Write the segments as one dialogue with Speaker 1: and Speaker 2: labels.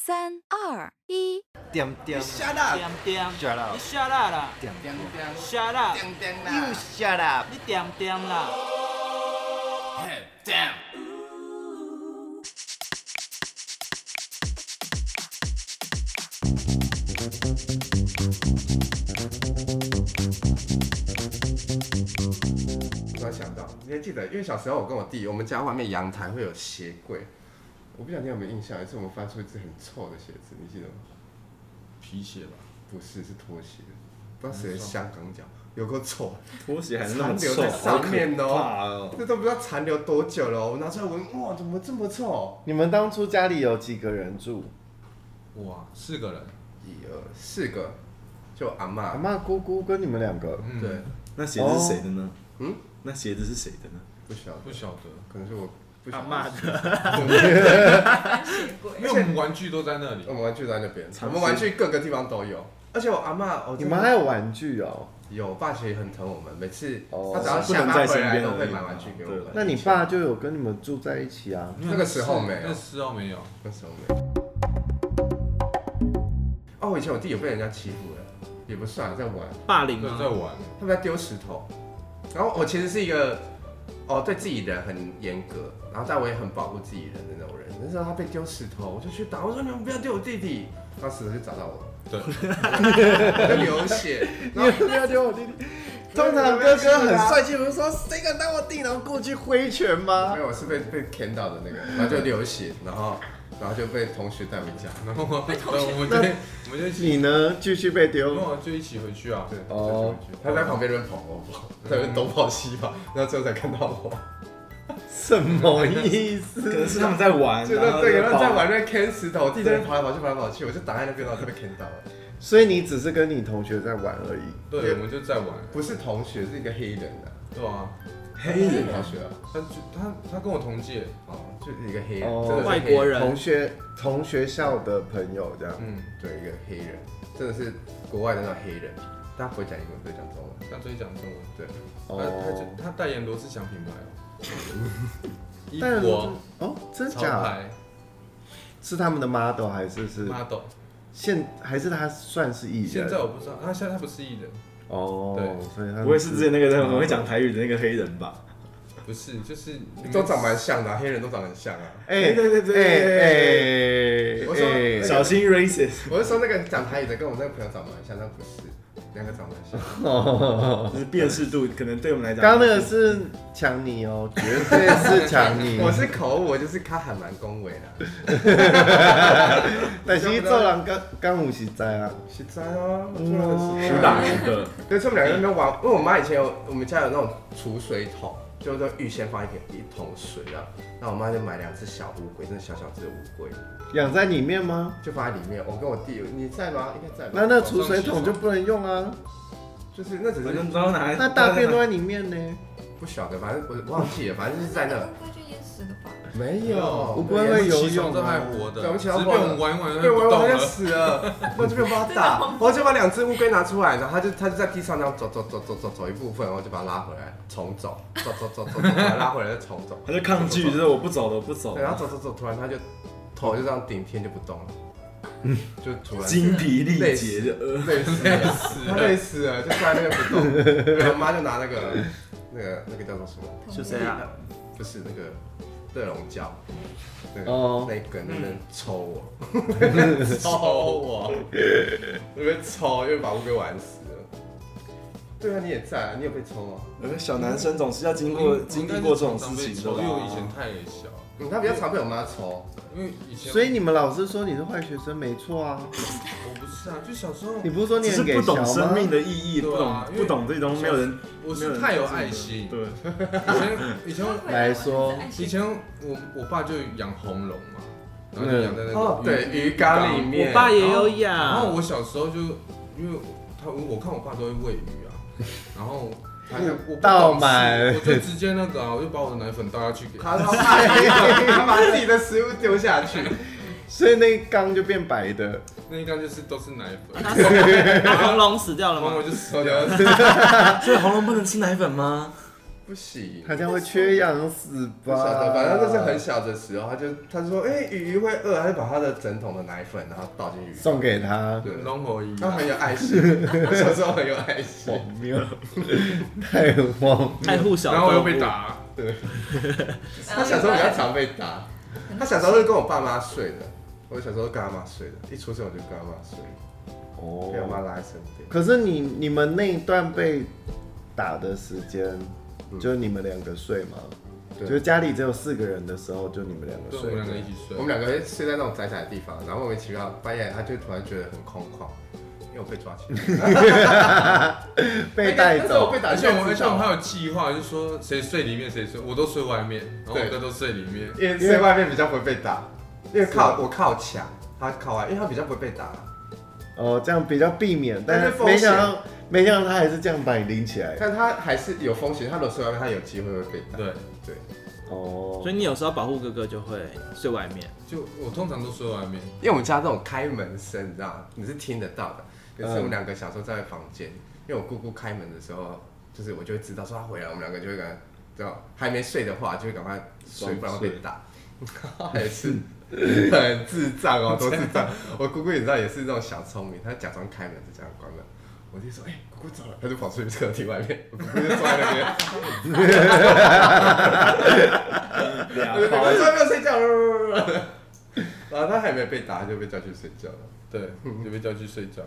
Speaker 1: 三二一，
Speaker 2: 点点
Speaker 3: Shut up！
Speaker 4: 点点，
Speaker 2: shut up，
Speaker 4: 你下啦啦，
Speaker 2: 点
Speaker 3: 叮
Speaker 2: 点
Speaker 3: 叮
Speaker 4: 下啦，
Speaker 3: 叮叮
Speaker 2: ，you
Speaker 3: 啦
Speaker 2: shut up，
Speaker 4: 你点点啦，
Speaker 3: 嘿，damn！突然想到，你还记得？因为小时候我跟我弟，我们家外面阳台会有鞋柜，我不晓得你有没有印象，有一次我们翻出一只很臭的鞋子，你记得吗？
Speaker 5: 皮鞋吧，
Speaker 3: 不是，是拖鞋，不知道谁的香港脚，有个臭，
Speaker 5: 拖鞋还是那
Speaker 3: 残
Speaker 5: 么
Speaker 3: 留
Speaker 5: 臭，
Speaker 3: 在上面
Speaker 5: 好可怕
Speaker 3: 哦
Speaker 5: 哦。
Speaker 3: 这都不知道残留多久了哦，我拿出来闻，哇，怎么这么臭？
Speaker 6: 你们当初家里有几个人住？
Speaker 5: 哇，四个人，
Speaker 3: 一二四个，就阿
Speaker 6: 阿
Speaker 3: 妈，
Speaker 6: 妈、姑姑跟你们两个。
Speaker 5: 嗯
Speaker 3: 对，，
Speaker 7: 那鞋子是谁的呢？
Speaker 3: 嗯，
Speaker 7: 那鞋子是谁的呢？
Speaker 3: 不晓
Speaker 5: 不
Speaker 3: 得，
Speaker 5: 晓得，
Speaker 3: 可能是我不晓得。
Speaker 5: 因为我们玩具都在那里
Speaker 3: 我，们玩具在那边，我们玩具各个地方都有，而且我阿妈，我
Speaker 6: 你
Speaker 3: 真的
Speaker 6: 们还有玩具哦？
Speaker 3: 有，我爸其实很疼我们，每次
Speaker 6: 哦
Speaker 3: 他只要下
Speaker 7: 不能
Speaker 3: 班
Speaker 7: 在
Speaker 3: 回
Speaker 7: 身
Speaker 3: 来
Speaker 7: 边
Speaker 3: 都会
Speaker 7: 而已
Speaker 3: 买
Speaker 7: 嘛
Speaker 3: 玩具给我
Speaker 7: 对
Speaker 3: 们。
Speaker 6: 那你爸就有跟你们住在一起啊？
Speaker 3: 那个时候没有
Speaker 5: 那时候没有，
Speaker 3: 那时候没有。哦，我以前我弟也被人家欺负了，也不算在玩，
Speaker 7: 霸凌
Speaker 5: 对，
Speaker 7: 吗
Speaker 5: 在？玩，
Speaker 3: 他们在丢石头。然后我其实是一个哦，对自己人很严格，然后但我也很保护自己人的那种人。那时候他被丢石头，我就去打，我说你们不要丢我弟弟，然后石头就砸到我，
Speaker 5: 对，
Speaker 3: 我 就流血。
Speaker 6: 你
Speaker 3: 然后
Speaker 6: 不要丢我弟弟。通常哥哥很帅气，不是说谁敢当我弟，然后过去挥拳吗
Speaker 3: 没？有，我是被被砍到的那个，然后就流血，然后然后就被同学带回家。
Speaker 5: 然后我们我们就我们就一
Speaker 6: 你
Speaker 5: 起，
Speaker 6: 呢？继续被
Speaker 5: 然
Speaker 6: 丢。
Speaker 5: 后就一起回去啊
Speaker 3: 对，，
Speaker 6: 哦
Speaker 3: 就这么一句他在旁边乱跑，我跑，在那边东跑西跑，然后最后才看到我。
Speaker 6: 什么意思？
Speaker 7: 可能是他们在玩，
Speaker 3: 就
Speaker 7: 然
Speaker 3: 在
Speaker 7: 后
Speaker 3: 对，
Speaker 7: 就
Speaker 3: 然后在
Speaker 7: 爆
Speaker 3: 玩那边砍石头，地在那边跑来跑去，跑来跑去，我就挡在那边，然后就被砍到了。
Speaker 6: 所以你只是跟你同学在玩而已。
Speaker 5: 对，我们就在玩，
Speaker 3: 不是同学，是一个黑人的
Speaker 5: 对啊，
Speaker 3: 黑人同学啊，
Speaker 5: 他就他他跟我同届，
Speaker 3: 哦，就是一个黑人，
Speaker 6: 哦
Speaker 3: 真的是黑
Speaker 7: 外国，人，
Speaker 6: 同学同学校的朋友这样。
Speaker 5: 嗯，
Speaker 3: 对，一个黑人，真的是国外的那种黑人，大家不会讲英文，不会讲中文，
Speaker 5: 他最近讲中文，
Speaker 3: 对，
Speaker 5: 他嗯他
Speaker 6: 哦
Speaker 5: 就。他代言罗志祥品牌 哦，衣
Speaker 6: 但
Speaker 5: 服哦
Speaker 6: 哦，真
Speaker 5: 潮
Speaker 6: 假？
Speaker 5: 牌
Speaker 6: 是他们的 model 还是是
Speaker 5: model，
Speaker 6: 现还是他算是艺人？
Speaker 5: 现在我不知道，他现在他不是艺人，
Speaker 6: 哦，
Speaker 5: 对
Speaker 6: 所以他
Speaker 7: 不会是之前那个很会讲台语的那个黑人吧？
Speaker 5: 不是就是
Speaker 3: 都长蛮像的啊，黑人都长得很像啊。
Speaker 6: 哎
Speaker 7: 对对对
Speaker 6: 对哎哎
Speaker 3: 我说
Speaker 6: 哎
Speaker 7: 小心 racist，
Speaker 3: 我是说那个讲台语的跟我那个朋友长蛮像，但不是，两个长蛮像。
Speaker 6: 哦
Speaker 7: 就是辨识度可能对我们来讲，
Speaker 6: 刚刚那个是抢你哦，绝对是抢 你。
Speaker 7: 嗯
Speaker 3: 我是口误，我就是他还蛮恭维的，
Speaker 6: 但是做人刚刚有实在啊，
Speaker 3: 是真啊，我做了很
Speaker 7: 实打实的，
Speaker 3: 对，所以我们两个人在那边玩，因为我妈以前有我们家有那种储水桶，就是说预先放一点一桶水啊，然后我妈就买两只小乌龟，真的小小只的乌龟，
Speaker 6: 养在里面吗？
Speaker 3: 就放在里面。我跟我弟，你在吗？应该在吧。
Speaker 6: 那那储水桶就不能用 啊，
Speaker 3: 就是那只
Speaker 7: 反正
Speaker 3: 是
Speaker 7: 不知道拿来
Speaker 6: 那大便都在里面 呢。
Speaker 3: 不晓得，反正我忘记了，反正就是在那。哦
Speaker 1: 乌龟就淹死了吧？
Speaker 3: 没
Speaker 5: 有
Speaker 6: 乌龟会游
Speaker 5: 其中
Speaker 6: 泳
Speaker 5: 都还
Speaker 6: 啊。
Speaker 5: 活的，
Speaker 3: 对我们
Speaker 5: 只
Speaker 3: 其他
Speaker 5: 是被
Speaker 3: 活的
Speaker 5: 我们玩一玩就
Speaker 3: 对，我
Speaker 5: 不
Speaker 3: 我
Speaker 5: 动
Speaker 3: 要
Speaker 5: 了。
Speaker 3: 死了， 我就被我妈打，我就把两只乌龟拿出来，然后它就它就在地上那样走走走走走走一部分，然后就把它拉回来，重走，走走走走走，把它拉回来再重 走。
Speaker 7: 他就抗拒，就是我不走了，我不走
Speaker 3: 对，然后
Speaker 7: 了，
Speaker 3: 走走走，突然他就头就这样顶天就不动了，就突然
Speaker 7: 精疲力
Speaker 3: 累
Speaker 7: 竭
Speaker 3: 死
Speaker 7: 的，呃，
Speaker 3: 嗯累死了，他累死了，就突然那个不 动，然后我妈就拿那个那个那个叫做什么？
Speaker 1: 同
Speaker 7: 是
Speaker 1: 学
Speaker 7: 谁啊？
Speaker 3: 不是那个热熔胶，那个、
Speaker 6: 哦
Speaker 3: 那一根在那边抽我，抽我，那边抽，因为把乌龟玩死了。对啊，你也在、啊，你有被抽吗？
Speaker 7: 呃小男生总是要经过经历过这种事情啊
Speaker 5: 因
Speaker 7: 的
Speaker 5: 为我以前
Speaker 7: 吧？
Speaker 5: 太小，
Speaker 3: 嗯，他比较常被我妈抽，
Speaker 5: 因为以前
Speaker 6: 所以你们老师说你是坏学生没错啊，
Speaker 5: 我不是啊，就小时候
Speaker 6: 你不是说你
Speaker 7: 只是
Speaker 6: 很给
Speaker 7: 不
Speaker 6: 小
Speaker 7: 懂生
Speaker 6: 吗？
Speaker 7: 命的意义，
Speaker 5: 对
Speaker 7: 不懂
Speaker 5: 啊因为
Speaker 7: 不懂这种，没有人，
Speaker 5: 我
Speaker 7: 没有
Speaker 5: 是
Speaker 7: 人
Speaker 5: 太有
Speaker 7: 知道
Speaker 5: 爱心，
Speaker 7: 对，
Speaker 5: 以前以前我
Speaker 6: 来说
Speaker 5: 以前我我爸就养红龙嘛，然后就养在那
Speaker 3: 哦
Speaker 5: 个，
Speaker 3: 对，鱼缸里面，
Speaker 4: 我爸也有
Speaker 5: 然后
Speaker 7: 啊
Speaker 4: 养，
Speaker 5: 我小时候就因为他我看我爸都会喂鱼啊，然后他就我不
Speaker 6: 倒
Speaker 5: 懂事
Speaker 6: 满
Speaker 5: 我就直接那个啊，我就把我的奶粉倒下去给他，
Speaker 3: 他他他把自己的食物丢下去，
Speaker 6: 所以那一缸就变白的。
Speaker 5: 那应该就是都是奶粉，
Speaker 4: 那红龙死掉了
Speaker 5: 然后
Speaker 4: 吗
Speaker 5: 我？就死掉了。
Speaker 7: 所以红龙不能吃奶粉吗？
Speaker 3: 不行。
Speaker 6: 他这样会缺氧死
Speaker 3: 不
Speaker 6: 吧
Speaker 3: 晓？得，反正那是很小的时候，他就他就说，哎、鱼鱼会饿，他就把他的整桶的奶粉，然后倒进鱼。
Speaker 6: 送给他，
Speaker 3: 对，
Speaker 5: 龙火一，
Speaker 3: 他很有爱心，他小时候很有爱心。
Speaker 6: 荒谬，太荒
Speaker 7: 爱护小，
Speaker 5: 然后我又被，打，
Speaker 3: 他小时候比较常被打，他小时候是跟我爸妈睡的，我小时候跟他妈睡的，一出生我就跟他妈睡，
Speaker 6: 谬
Speaker 3: 被我妈拉在身边。
Speaker 6: 可是你你们那一段被打的时间，就是你们两个睡吗？
Speaker 3: 对
Speaker 6: 就是家里只有四个人的时候，就你们两个
Speaker 5: 对，我
Speaker 6: 睡
Speaker 5: 们两个
Speaker 6: 吗
Speaker 5: 一。起睡
Speaker 3: 我。们两个睡在那种窄窄的地方，然后莫名其妙半夜他就突然觉得很空旷，因为我被抓起来，
Speaker 6: 被带
Speaker 3: 那时候我
Speaker 6: 走
Speaker 3: 被，打，
Speaker 5: 而且我，
Speaker 3: 你
Speaker 5: 而
Speaker 3: 知
Speaker 5: 且
Speaker 3: 道
Speaker 5: 我
Speaker 3: 吗
Speaker 5: 们还有计划，就说谁睡里面谁睡，我都睡外面，然后我哥都睡里面。
Speaker 3: 因为在外面比较不会被打，因为靠我靠墙，他靠外，因为他比较不会被打。
Speaker 6: 哦，这样比较避免。但
Speaker 3: 但是
Speaker 6: 是
Speaker 3: 风
Speaker 6: 没
Speaker 3: 险
Speaker 6: 想到，没想到他还是这样把你拎起来。
Speaker 3: 但他还是有风险，他如果睡外面，他有机会会被打。
Speaker 5: 对，
Speaker 3: 对，
Speaker 6: 哦
Speaker 2: 所，以你有时候保护哥哥就会睡外面，
Speaker 5: 就我通常都睡外面。
Speaker 3: 因为我们家这种开门声，你知道吗，你是听得到的。有一次我们两个小时候在房间，因为我姑姑开门的时候，就是我就会知道说她回来，我们两个就会赶快，知道还没睡的话就会赶快睡，
Speaker 7: 装
Speaker 3: 不然会被打。 也是很智障哦，多智障！我姑姑也知道，也是那种小聪明，她假装开门就这样关门。我就说：“哎、姑姑走了。”她就跑出去客厅外面， 我姑姑就坐在那边。
Speaker 7: 俩
Speaker 3: 对对对，
Speaker 7: 包
Speaker 3: 我说没有睡觉，然后啊他还没被打就被叫去睡觉了，
Speaker 5: 对，就被叫去睡觉。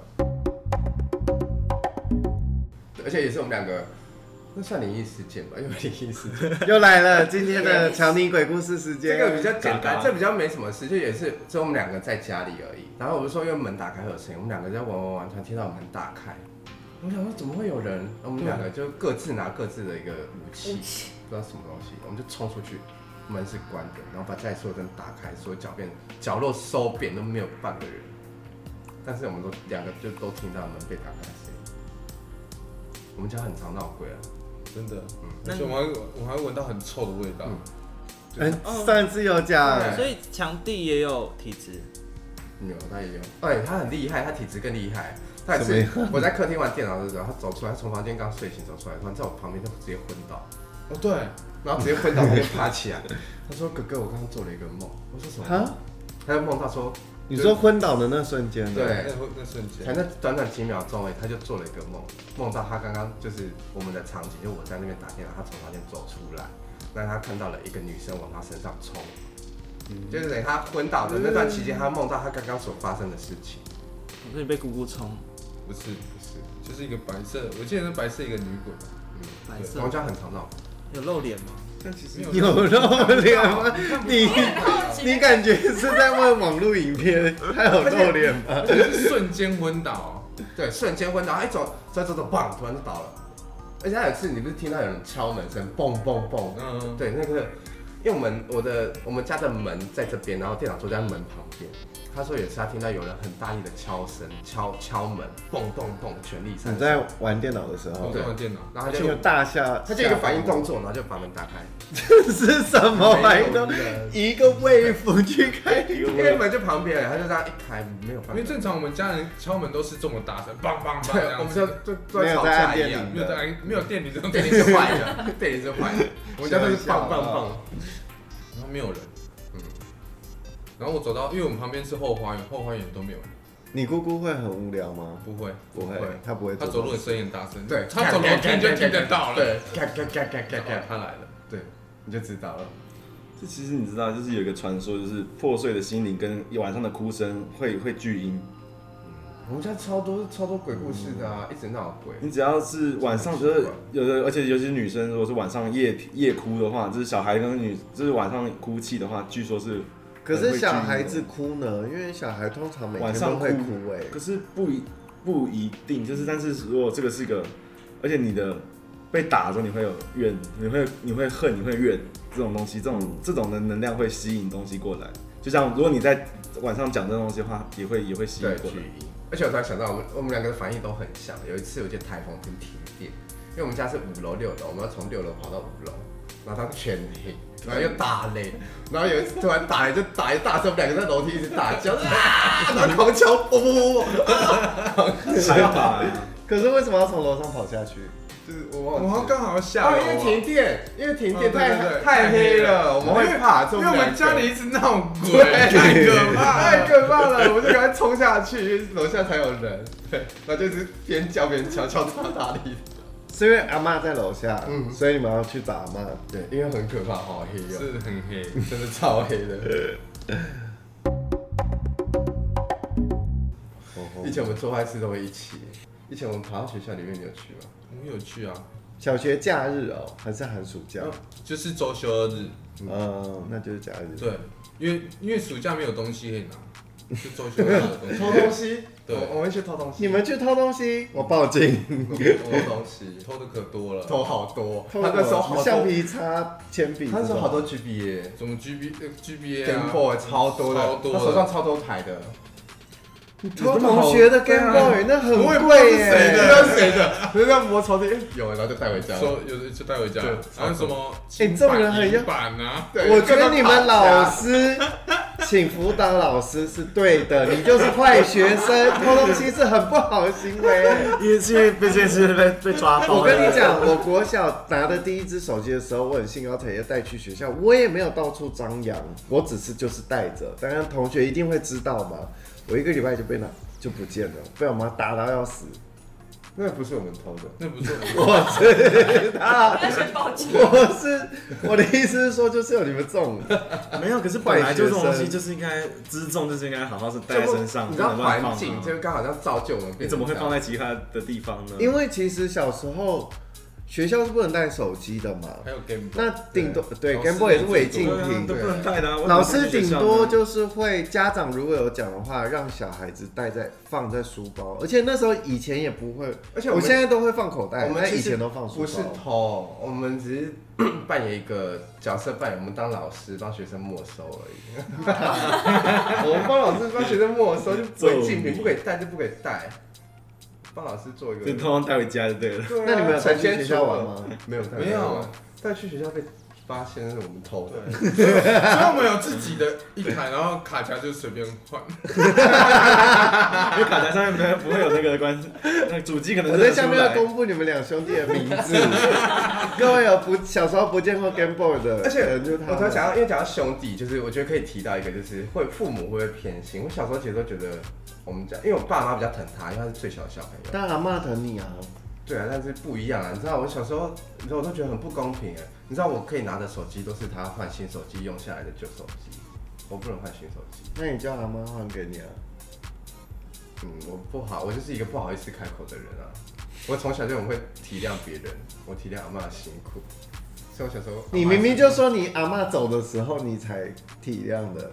Speaker 3: 而且也是我们两个，那算灵异事件吧，因为灵异事件
Speaker 6: 又来了今天的乔尼鬼故事时
Speaker 3: 这
Speaker 6: 间。
Speaker 3: 个比较简
Speaker 7: 嘎
Speaker 3: 单
Speaker 7: 嘎，
Speaker 3: 这比较没什么事，就也是只有我们两个在家里而已。然后我就说因为门打开会有声音，我们两个在玩玩玩，突然听到门打开，我想说怎么会有人？然后我们两个就各自拿各自的一个武器，不知道什么东西，我们就冲出去。门是关的，然后把家里所有灯打开，所有角变角落收扁都没有半个人，但是我们都两个就都听到门被打开的声音。我们家很常闹鬼啊，
Speaker 5: 真的，而且我还我还闻到很臭的味道，
Speaker 3: 嗯
Speaker 6: 嗯，上次有讲，
Speaker 3: 对
Speaker 2: 所以强弟也有体质，
Speaker 3: 有，他也有。哎、他很厉害，他体质更厉害。他也
Speaker 6: 怎么
Speaker 3: 是，我在客厅玩电脑的时候，他走出来，他从房间刚睡醒走出来，突然在我旁边就直接昏倒，
Speaker 5: 哦对，
Speaker 3: 然后直接昏倒， 直接爬起 来。他说：“哥哥，我刚刚做了一个梦。”我说：“什么梦
Speaker 6: 哈？”
Speaker 3: 他就梦到说，
Speaker 6: 你说昏倒的那瞬间呢，
Speaker 3: 对
Speaker 5: 那会那瞬
Speaker 3: 才
Speaker 5: 间，
Speaker 3: 那短短几秒钟哎，他就做了一个梦，梦到他刚刚就是我们的场景，就我在那边打电脑，他从房间走出来，那他看到了一个女生往他身上冲，
Speaker 6: 嗯
Speaker 3: 就是等于他昏倒的那段期间，他梦到他刚刚所发生的事情。
Speaker 2: 我说你被姑姑冲，
Speaker 5: 不是不是，就是一个白色，我记得是白色一个女鬼吧，
Speaker 2: 白
Speaker 3: 我
Speaker 2: 色
Speaker 3: 们家很常闹。
Speaker 2: 有露脸吗？
Speaker 6: 有露脸吗？你你感觉是在问网络影片，他有露脸吗？
Speaker 5: 就是瞬间昏 倒，
Speaker 3: 对，瞬间昏倒，哎，走走走走，砰，突然就倒了。而且还有一次，你不是听到有人敲门声，嘣嘣嘣，
Speaker 5: 嗯，
Speaker 3: 对，那个，因为我们我的我们家的门在这边，然后电脑桌在门旁边。他说有一次他听到有人很大力的敲声，敲敲门，嘣嘣嘣，全力
Speaker 6: 你
Speaker 3: 三
Speaker 6: 在
Speaker 3: 下，
Speaker 6: 玩电脑的时
Speaker 5: 我
Speaker 6: 候，
Speaker 5: 在玩电脑，
Speaker 3: 然后他
Speaker 6: 这个
Speaker 3: 就
Speaker 6: 大下，
Speaker 3: 他就一个反应动作，然后就把门打开，
Speaker 6: 这 是什么反应动
Speaker 3: 没有人？
Speaker 6: 一个卫服去开 一个
Speaker 3: 因为门就旁边，他就这样一开，没有办法
Speaker 5: 因为。正常我们家人敲门都是这么大声，梆梆梆这
Speaker 3: 对，我
Speaker 5: 样
Speaker 3: 们
Speaker 5: 子，
Speaker 3: 就就就
Speaker 6: 没
Speaker 3: 在
Speaker 6: 有
Speaker 3: 吵
Speaker 6: 在按
Speaker 3: 架一
Speaker 6: 电
Speaker 3: 样
Speaker 6: 铃。
Speaker 5: 没有在没有店里这种
Speaker 3: 电
Speaker 5: 电
Speaker 3: 铃
Speaker 5: 铃
Speaker 3: 是
Speaker 5: 声，
Speaker 3: 坏的，电铃是坏的，我们家都是棒棒棒。
Speaker 5: 然后没有人，嗯，然后我走到，因为我们旁边是后花园，后花园都没有人，
Speaker 6: 你姑姑会很无聊吗？
Speaker 5: 不会，
Speaker 6: 不会
Speaker 3: 会，
Speaker 6: 她不会
Speaker 5: 他
Speaker 6: 做。
Speaker 5: 走路的声音很大声，
Speaker 3: 对，
Speaker 5: 他走楼梯就听得到了，
Speaker 3: 对，嘎嘎嘎嘎嘎嘎，
Speaker 5: 他来了，
Speaker 3: 对，你就知道了。
Speaker 7: 这其实你知道，就是有一个传说，就是破碎的心灵跟晚上的哭声会会聚音。
Speaker 3: 我们家超多超多鬼故事的啊，一直闹鬼。
Speaker 5: 嗯
Speaker 7: 你只要是晚上，就是有的，而且尤其是女生，如果是晚上夜夜哭的话，就是小孩跟女，就是晚上哭泣的话，据说是
Speaker 6: 可是小孩
Speaker 7: 会聚
Speaker 6: 子
Speaker 7: 音
Speaker 6: 哭呢，因为小孩通常每
Speaker 7: 的晚
Speaker 6: 天
Speaker 7: 上
Speaker 6: 都
Speaker 7: 哭
Speaker 6: 会哭哎、
Speaker 7: 可是不一不一定，就是但是如果这个是一个，而且你的被打的时候你会有怨，你会你会恨，你会怨这种东西，这种这种的能量会吸引东西过来。就像如果你在晚上讲这种东西的话，也会也会吸引
Speaker 3: 对，
Speaker 7: 过
Speaker 3: 巨
Speaker 7: 来。
Speaker 3: 婴。而且我突然想到，我们我们两个的反应都很像。有一次，我记得台风天停电，因为我们家是五楼六楼，我们要从六楼跑到五楼，然后它全黑，然后又打雷，然后有一次突然打雷就打一大声，我们两个在楼梯一直大叫，啊，然后狂敲，不不不不，
Speaker 7: 害怕啊、
Speaker 6: 可是为什么要从楼上跑下去？
Speaker 5: 就是
Speaker 3: 我
Speaker 5: 我
Speaker 3: 忘
Speaker 5: 们
Speaker 3: 记了。
Speaker 5: 刚好下
Speaker 3: 哦，
Speaker 5: 楼
Speaker 3: 因为停电，因为停电
Speaker 5: 哦对对
Speaker 3: 太
Speaker 5: 对
Speaker 3: 太黑了，我们会怕，
Speaker 5: 因
Speaker 3: 因
Speaker 5: 为我们家里一直闹鬼，太可怕
Speaker 3: 太
Speaker 5: 了。
Speaker 3: 可怕了，我就赶快冲下去，因为楼下才有人。对，然后就是边叫边敲敲打打的，
Speaker 6: 是因为阿妈在楼下，
Speaker 3: 嗯
Speaker 6: 所以你们要去找阿妈。
Speaker 3: 对，因为很可怕，好黑哦，
Speaker 5: 是很黑，
Speaker 3: 真的超黑的。以前我们做坏事都会一起，以前我们跑到学校里面你有去吗？
Speaker 5: 很有趣啊。
Speaker 6: 小学假日哦，还是寒暑假？
Speaker 5: 就是周休二日，
Speaker 6: 嗯，那就是假日。
Speaker 5: 对，因为因为暑假没有东西可以拿，就周休二日的 东西。
Speaker 3: 偷东西，
Speaker 5: 对
Speaker 3: 我我们去偷东西，
Speaker 6: 你们去偷东西，我报警。
Speaker 3: 偷东西，
Speaker 5: 偷的可多了，
Speaker 3: 偷好多， 他
Speaker 6: 偷
Speaker 3: 那时候好多
Speaker 6: 橡，皮擦、铅笔，
Speaker 3: 他那时候好多 GB 耶
Speaker 5: 什么 G B 呃 G B A 啊
Speaker 3: Game Boy 超多的，
Speaker 5: 超多
Speaker 3: 他
Speaker 5: 的
Speaker 3: 手上超多台的，
Speaker 6: 偷同学的 Game Boy，那很
Speaker 3: 啊
Speaker 5: 我也不知道
Speaker 6: 贵
Speaker 5: 是谁
Speaker 6: 耶。
Speaker 5: 的
Speaker 3: 那是谁的？人家磨超的，哎有，然后就带回家了。
Speaker 5: 收有的就带回家
Speaker 3: 对，
Speaker 5: 还有什么
Speaker 6: 哎这种人很要
Speaker 5: 新版啊，
Speaker 3: 对
Speaker 6: 我觉得你们老师，请辅导老师是对的，你就是坏学生，偷东西是很不好的行为。
Speaker 7: 一去被这次被被抓包。
Speaker 6: 我跟你讲，我国小拿的第一只手机的时候，我很兴高采烈带去学校，我也没有到处张扬，我只是就是带着，当然同学一定会知道嘛。我一个礼拜就被拿就不见了，被我妈打到要死。
Speaker 3: 那不是我们偷的，
Speaker 5: 那 不是我们
Speaker 6: 我知道，
Speaker 1: 要先报警。
Speaker 6: 我是我的意思是说，就是有你们这种，
Speaker 7: 没有，可是本来就这种东西就是应该辎重，就是应该好好是带在身上，
Speaker 3: 你
Speaker 7: 不
Speaker 3: 知道
Speaker 7: 能乱
Speaker 3: 环
Speaker 7: 放啊。
Speaker 3: 境就刚好像造就我们，
Speaker 7: 你怎么会放？在其他的地方呢？
Speaker 6: 因为其实小时候学校是不能带手机的嘛，
Speaker 7: 哎
Speaker 5: 还有 Game Boy，
Speaker 6: 那顶多对
Speaker 5: 老师
Speaker 6: Game Boy 也是违禁
Speaker 7: 对啊
Speaker 6: 品
Speaker 7: 都。不能带的啊。我怎么
Speaker 6: 老
Speaker 7: 可以
Speaker 6: 师
Speaker 7: 去学
Speaker 6: 顶
Speaker 7: 校呢
Speaker 6: 多就是会，家长如果有讲的话，让小孩子带在放在书包，而且那时候以前也不会，
Speaker 3: 而且我
Speaker 6: 我
Speaker 3: 们
Speaker 6: 现在都会放口袋，
Speaker 3: 我们
Speaker 6: 但
Speaker 3: 其
Speaker 6: 以
Speaker 3: 实
Speaker 6: 前都放书
Speaker 3: 不是
Speaker 6: 包。
Speaker 3: 偷，我们只是扮演一个角色扮演，我们当老师帮学生没收而已。我们帮老师帮学生没收就违禁品，不可以带就不可以带，帮老师做一个
Speaker 7: 就。通通带回家就对了。
Speaker 3: 对啊
Speaker 6: 那你们有带
Speaker 3: 成
Speaker 6: 去
Speaker 3: 天
Speaker 6: 学校
Speaker 3: 说
Speaker 6: 玩
Speaker 3: 了
Speaker 6: 吗？
Speaker 3: 没有带，
Speaker 5: 没有，
Speaker 3: 带去学校被发现是我们偷的。
Speaker 5: 所以我们有自己的一台，然后卡夹就随便换，
Speaker 7: 因为卡夹上面没有不会有那个关，那主机可能
Speaker 6: 我
Speaker 7: 是
Speaker 6: 在下面要
Speaker 7: 拿出来
Speaker 6: 公布你们两兄弟的名 字，各位有不小时候不见过 Game Boy 的，
Speaker 3: 而且
Speaker 6: 可呃能就是他
Speaker 3: 我
Speaker 6: 们
Speaker 3: 突然想到，因为讲到兄弟，就是我觉得可以提到一个，就是会父母会不会偏心？我小时候其实都觉得我们家，因为我爸妈比较疼他，因为他是最小的小朋友。
Speaker 6: 但阿妈疼你啊，
Speaker 3: 对啊，但是不一样啊！你知道我小时候，你知道我都觉得很不公平哎。你知道我可以拿的手机都是他换新手机用下来的旧手机，我不能换新手机。
Speaker 6: 那你叫阿妈换给你啊。
Speaker 3: 嗯，我不好，我就是一个不好意思开口的人啊。我从小就很会体谅别人，我体谅阿妈的辛苦。所以我小时候，
Speaker 6: 你明明就说你阿妈走的时候你才体谅的，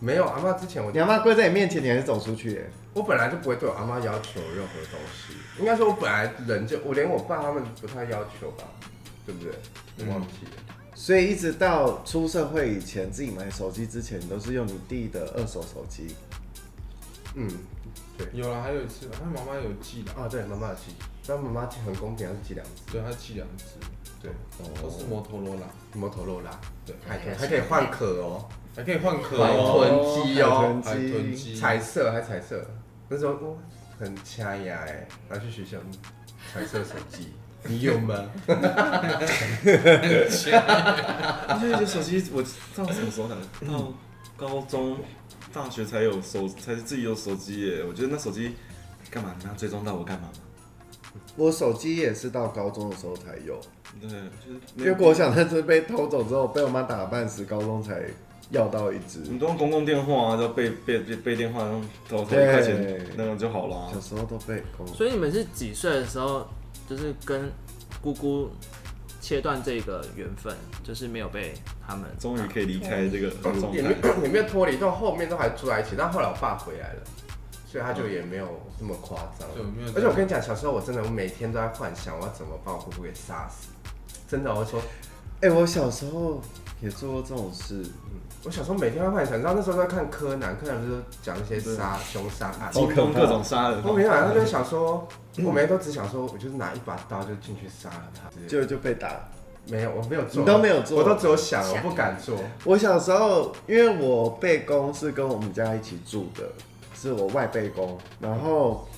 Speaker 3: 没有阿妈之前我，
Speaker 6: 你阿妈跪在你面前，你还是走出去耶、
Speaker 3: 我本来就不会对我阿妈要求任何东西。应该说，我本来人就我连我爸他们不太要求吧，对不对？我忘记了。
Speaker 6: 所以一直到出社会以前，自己买手机之前，你都是用你弟的二手手机。
Speaker 3: 嗯，
Speaker 5: 有啦，还有一次，他妈妈有寄啦，
Speaker 3: 啊，对，妈妈的寄，但妈妈寄很公平，还是寄两只？
Speaker 5: 对，他寄两只，
Speaker 3: 对，
Speaker 5: 都是摩托罗拉，
Speaker 3: 摩托罗拉，
Speaker 5: 对，
Speaker 3: 还可以还可以换壳哦，
Speaker 5: 还可以换壳
Speaker 3: 海
Speaker 5: 哦，
Speaker 3: 豚机哦，
Speaker 5: 海豚机，
Speaker 3: 彩色还彩色，那时候哦很掐牙哎，拿去学校嗯彩色手机，你有 吗？
Speaker 7: 因为这手机我到什么时候才到高中、大学才有手，才自己有手机耶。我觉得那手机干嘛？你要追踪到我干嘛嘛？
Speaker 6: 我手机也是到高中的时候才有，
Speaker 7: 对，就是
Speaker 6: 因
Speaker 7: 那
Speaker 6: 为国小那次被偷走之后，被我妈打了半死，高中才要到一只。
Speaker 3: 嗯
Speaker 7: 你都用公共电话啊，都被被被被电话用投投一
Speaker 6: 对
Speaker 7: 块钱那种就好啊啦
Speaker 6: 小。时候都被公
Speaker 2: 所以你们是几岁的时候，就是跟姑姑切断这个缘分，就是没有被他们
Speaker 7: 终于可以离开这个状
Speaker 3: 也
Speaker 7: 态
Speaker 3: 没。 也没有脱离，到后面都还住在一起，但后来我爸回来了。所以他就也没有那么夸张，
Speaker 5: 对没有
Speaker 3: 而且我跟你讲，小时候我真的，我每天都在幻想我要怎么把我姑姑给杀死，真的，我说
Speaker 6: 哎、我小时候也做过这种事，
Speaker 3: 我小时候每天会幻想，你知道那时候在看柯南，柯南不是讲一些杀凶杀案，
Speaker 7: 精通各种杀人
Speaker 3: 我每天晚上都在 想说，我每天都只想说，我就是拿一把刀就进去杀了他，就
Speaker 6: 就就被打。
Speaker 3: 没有，我没有做，
Speaker 6: 你都没有做
Speaker 3: 我都只有想，我
Speaker 1: 想
Speaker 3: 不敢做。
Speaker 6: 我小时候，因为我背公是跟我们家一起住的，是我外背公，然后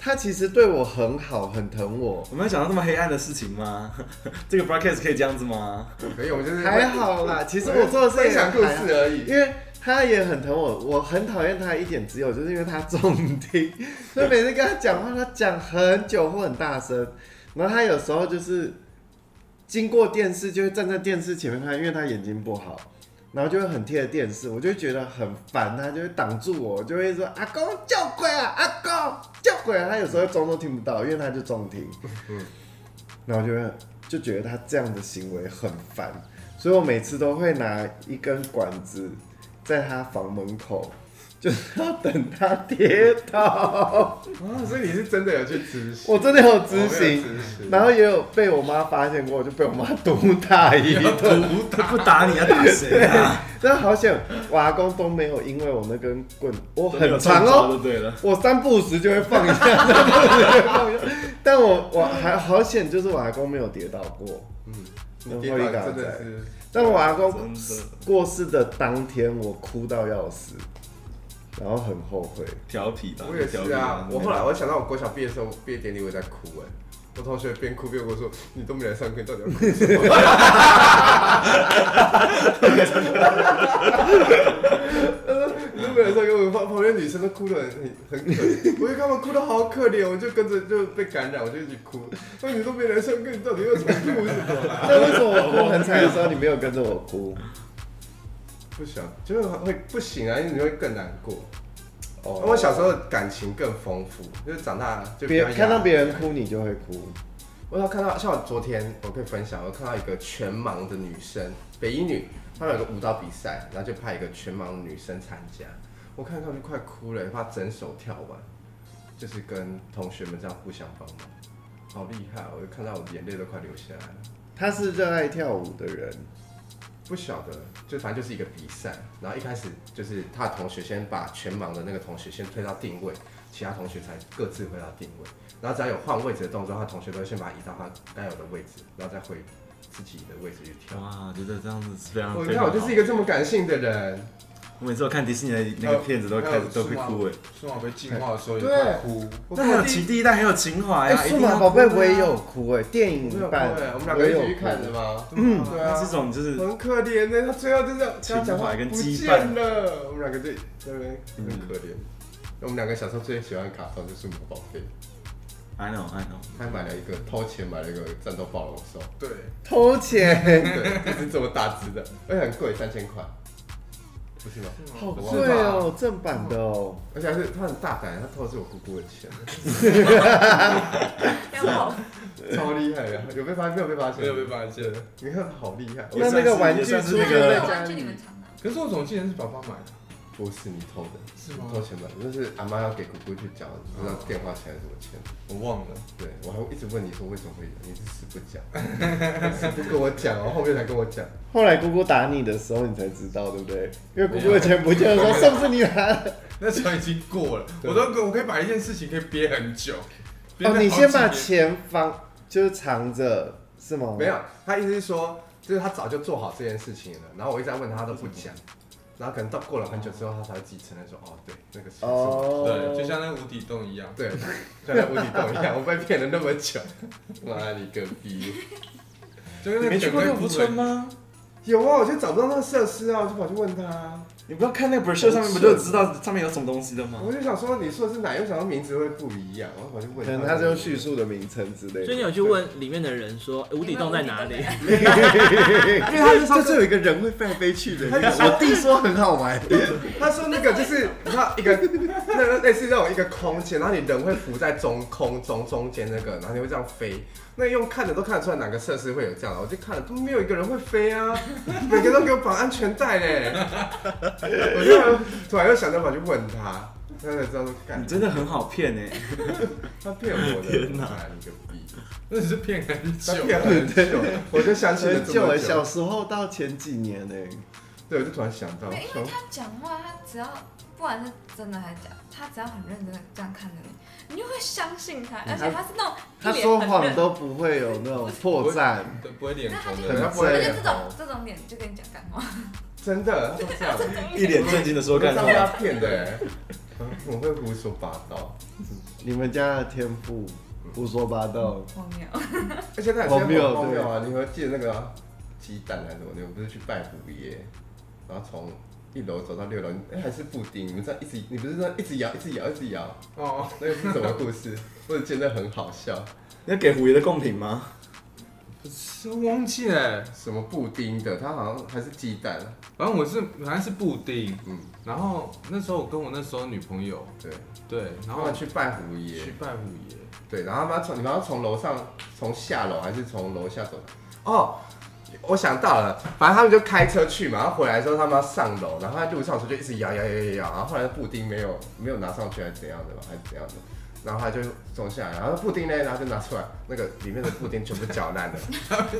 Speaker 6: 他其实对我很好，很疼我，
Speaker 7: 我们要讲到这么黑暗的事情吗？ 这个 broadcast 可以这样 子吗？
Speaker 3: 可以，我们就是
Speaker 6: 还好啦。其实我做的事
Speaker 3: 分
Speaker 6: 情
Speaker 3: 享故事而已。
Speaker 6: 因为他也很疼我，我很讨厌他一点只有，就是因为他重听，所以每次跟他讲话，他讲很久或很大声，然后他有时候就是经过电视就会站在电视前面看，因为他眼睛不好。然后就会很贴着电视，我就会觉得很烦，他就会挡住我，就会说阿公叫鬼啊，阿公叫鬼啊。他有时候装都听不到，因为他就重听。然后就会就觉得他这样的行为很烦，所以我每次都会拿一根管子在他房门口，就是要等他跌倒。
Speaker 3: 啊，所以你是真的有去执行？
Speaker 6: 我真的有
Speaker 3: 哦我没
Speaker 6: 执
Speaker 3: 有
Speaker 6: 行，
Speaker 3: 执行。
Speaker 6: 然后也有被我妈发现过，就被我妈毒打一顿。
Speaker 7: 他不打你要打谁啊？
Speaker 6: 真的好险，我阿公都没有因为我那根棍，我
Speaker 7: 都没
Speaker 6: 很
Speaker 7: 有
Speaker 6: 长
Speaker 7: 中
Speaker 6: 哦
Speaker 7: 招，就对了。
Speaker 6: 我三不五时就会放一下，三不五时就会放一下。但我我还好险，就是我阿公没有跌倒过。嗯，
Speaker 3: 跌倒真的是，
Speaker 6: 但我阿
Speaker 7: 真
Speaker 6: 公
Speaker 7: 的
Speaker 6: 过世的当天，我哭到要死，然后很后悔。
Speaker 7: 调皮吧，
Speaker 3: 我也
Speaker 7: 调
Speaker 3: 是
Speaker 7: 皮
Speaker 3: 啊。我后来我想到我国小毕业的时候，毕业典礼我也在哭哎、我同学边哭边跟我说：“你都没来上课，你到底要哭什么 你都没来上课，我旁旁边女生都哭得很很很可怜，我就看他们哭得好可怜，我就跟着就被感染，我就一直哭。那你都没来上课，你到底要什么哭什么、啊？
Speaker 6: 那为什么我哭很惨的时候，你没有跟着我哭？
Speaker 3: 不想，就是会不行啊，因为你会更难过。
Speaker 6: 哦
Speaker 3: 我小时候感情更丰富，就是长大就比
Speaker 6: 别
Speaker 3: 较压抑
Speaker 6: 看到别人哭，你就会哭。
Speaker 3: 我有看到，像我昨天我可以分享，我看到一个全盲的女生，北一女，她们有个舞蹈比赛，然后就派一个全盲的女生参加，我看她就快哭了，她整首跳完，就是跟同学们这样互相帮忙，好厉害！我就看到我眼泪都快流下来了。
Speaker 6: 他是热爱跳舞的人，
Speaker 3: 不晓得，就反正就是一个比赛。然后一开始就是他的同学先把全盲的那个同学先推到定位，其他同学才各自回到定位。然后只要有换位置的动作，他同学都会先把他移到他该有的位置，然后再回自己的位置去跳。
Speaker 7: 哇，哦觉得这样子是非常
Speaker 3: 我
Speaker 7: 非
Speaker 3: 看
Speaker 7: 常
Speaker 3: 我就是一
Speaker 7: 好
Speaker 3: 个这么感性的人，
Speaker 7: 我每次我看迪士尼的那个片子都开始都会哭哎。
Speaker 5: 数码被进化的时候也
Speaker 3: 对
Speaker 5: 快哭，
Speaker 3: 我
Speaker 7: 那
Speaker 3: 看
Speaker 7: 还
Speaker 3: 我
Speaker 7: 有
Speaker 3: 第
Speaker 7: 其
Speaker 3: 一
Speaker 7: 第一代还有情怀
Speaker 6: 哎，
Speaker 7: 啊，一
Speaker 6: 数
Speaker 7: 定要
Speaker 6: 码宝贝
Speaker 7: 哭啊
Speaker 6: 我也有哭哎，电
Speaker 3: 我没有
Speaker 6: 影
Speaker 3: 哭
Speaker 6: 版
Speaker 3: 哎我们两
Speaker 6: 我
Speaker 3: 个
Speaker 6: 也
Speaker 3: 一
Speaker 6: 有
Speaker 3: 起去看的
Speaker 6: 哭。
Speaker 3: 嘛。
Speaker 5: 嗯
Speaker 3: 对
Speaker 7: 那
Speaker 3: 啊，
Speaker 7: 这种就是
Speaker 3: 很可怜的，他最后就这样跟他讲话
Speaker 7: 情怀跟
Speaker 3: 不
Speaker 7: 羁嗯
Speaker 3: 见了，我们两个就在那边很可怜。我们两个小时候最喜欢的卡通就是《魔宝贝》。
Speaker 7: I know I know，
Speaker 3: 他买了一个偷钱买了一个战斗暴龙兽，
Speaker 5: 对，
Speaker 6: 偷
Speaker 5: 嗯
Speaker 6: 钱，
Speaker 3: 对，就是这么大只的，而且很贵，三千块，不是吗？
Speaker 6: 好
Speaker 3: 我
Speaker 6: 贵哦，正版的哦。
Speaker 3: 而且还是他很大胆，他偷的是我姑姑的钱，超厉害的，有被发现没有被发现？
Speaker 5: 没有被，发现。
Speaker 3: 你看好厉害，
Speaker 6: 那那个玩具
Speaker 7: 也算是
Speaker 6: 出
Speaker 7: 那
Speaker 6: 现
Speaker 7: 个
Speaker 6: 在家
Speaker 1: 玩具你
Speaker 6: 里
Speaker 1: 们，常拿，
Speaker 5: 可是我总记得是爸爸买的，
Speaker 3: 不是你偷的，
Speaker 5: 是吗
Speaker 3: 偷钱买的，就是阿妈要给姑姑去缴，
Speaker 5: 哦
Speaker 3: 不知道电话钱还是什么钱。
Speaker 5: 我忘了。
Speaker 3: 对我还会一直问你说为什么会有，你是死不 讲，死不跟我讲，然后后面才跟我讲。
Speaker 6: 后来姑姑打你的时候，你才知道，对不对？因为姑姑的钱不见的时候，是不是你拿的？
Speaker 5: 那时候已经过了，我都我可以把一件事情可以憋很久。憋
Speaker 6: 哦，
Speaker 5: 了
Speaker 6: 你先把
Speaker 5: 好几年
Speaker 6: 钱放，就是藏着，是吗？
Speaker 3: 没有，他意思是说，就是他早就做好这件事情了，然后我一直在问他，他都不讲，然后可能到过了很久之后，他才会自己承认说，哦，对，那个是我
Speaker 6: 哦，
Speaker 5: 对，就像那个无底洞一样。
Speaker 3: 对，像在无底洞一样，我被骗了那么久，妈你个 逼！
Speaker 5: 就跟
Speaker 7: 你
Speaker 5: 那
Speaker 7: 没去过
Speaker 5: 整
Speaker 7: 六
Speaker 5: 个
Speaker 7: 福
Speaker 5: 部
Speaker 7: 村
Speaker 5: 位
Speaker 7: 吗？
Speaker 3: 有啊，我就找不到那个设施啊，我就跑去问他，
Speaker 7: 你不要看那个 brochure 上面不就知道上面有什么东西的吗？
Speaker 3: 我就想说，你说的是哪一个？我想到名字会不一样，然后我就
Speaker 6: 可
Speaker 3: 问
Speaker 6: 能他是用叙述的名称之类
Speaker 2: 所以你
Speaker 6: 的。
Speaker 2: 有去问里面的人说欸无底洞在哪里？
Speaker 6: 因为他就是有一个人会飞来飞去的，我弟说很好玩。
Speaker 3: 他说那个就是你知道一个 那类似那种一个空间，然后你人会浮在中空中中间那个，然后你会这样飞。那用看的都看得出来哪个设施会有这样的，我就看了都没有一个人会飞啊， 每个都给我绑安全带嘞。 我就突然又想到跑去问他，他才知道说干
Speaker 7: 你真的很好骗 哎，
Speaker 3: 他骗我的，
Speaker 7: 天哪
Speaker 3: 哪，你个逼！
Speaker 5: 那只是骗很
Speaker 3: 他
Speaker 5: 久，
Speaker 3: 骗很久，我就相信了
Speaker 6: 很
Speaker 3: 这
Speaker 6: 久
Speaker 3: 么
Speaker 6: 了，
Speaker 3: 久
Speaker 6: 小。时候到前几年呢、
Speaker 3: 对，我就突然想到，
Speaker 1: 没有，因
Speaker 3: 说
Speaker 1: 为他讲话，他只要不管是真的还是假，他只要很认真的这样看着你，你就会相信他，
Speaker 7: 嗯
Speaker 1: 而且他是那种
Speaker 6: 他
Speaker 1: 一
Speaker 6: 说
Speaker 1: 脸很
Speaker 6: 谎
Speaker 1: 认，
Speaker 6: 都不会有那种破绽。
Speaker 5: 对，不会脸
Speaker 1: 那他
Speaker 5: 红
Speaker 1: 就
Speaker 5: 的。
Speaker 3: 人家不会
Speaker 1: 而
Speaker 3: 脸
Speaker 1: 且
Speaker 7: 嗯
Speaker 1: 这种这种脸就跟你讲干话，
Speaker 3: 真的，他说这样，
Speaker 7: 一脸正经的说
Speaker 3: 我
Speaker 7: 干
Speaker 3: 刚被他
Speaker 7: 话，
Speaker 3: 骗的欸。我会胡说八道，
Speaker 6: 你们家的天赋胡说八道，
Speaker 1: 荒谬。
Speaker 3: 而且那很荒
Speaker 6: 荒谬
Speaker 3: 谬荒谬啊！你会记得那个啊鸡蛋还是什么？你们不是去拜虎爷，然后从一楼走到六楼，哎、还是布丁，你们这样一直，你不是这样一直摇，一直摇，一直摇，
Speaker 5: 哦，
Speaker 3: 那个是什么故事？我觉得很好笑，
Speaker 7: 你要给虎爷的贡品吗？
Speaker 5: 是忘记了，
Speaker 3: 什么布丁的，它好像还是鸡蛋，
Speaker 5: 反正我是反正是布丁，
Speaker 3: 嗯，
Speaker 5: 然后那时候我跟我那时候女朋友，
Speaker 3: 对，
Speaker 5: 对，然
Speaker 3: 然
Speaker 5: 后
Speaker 3: 后哦去拜虎爷，
Speaker 5: 去拜虎爷，
Speaker 3: 对，然后他们要从你们要从楼上从下楼还是从楼下走？哦，我想到了，反正他们就开车去嘛，然后回来之后他们要上楼，然后在路上的时候就一直摇摇摇摇摇，然后后来布丁没有没有拿上去还是怎样的吧，还是怎样的，然后他就走下来，然后布丁呢，然后就拿出来那个里面的布丁全部搅烂了，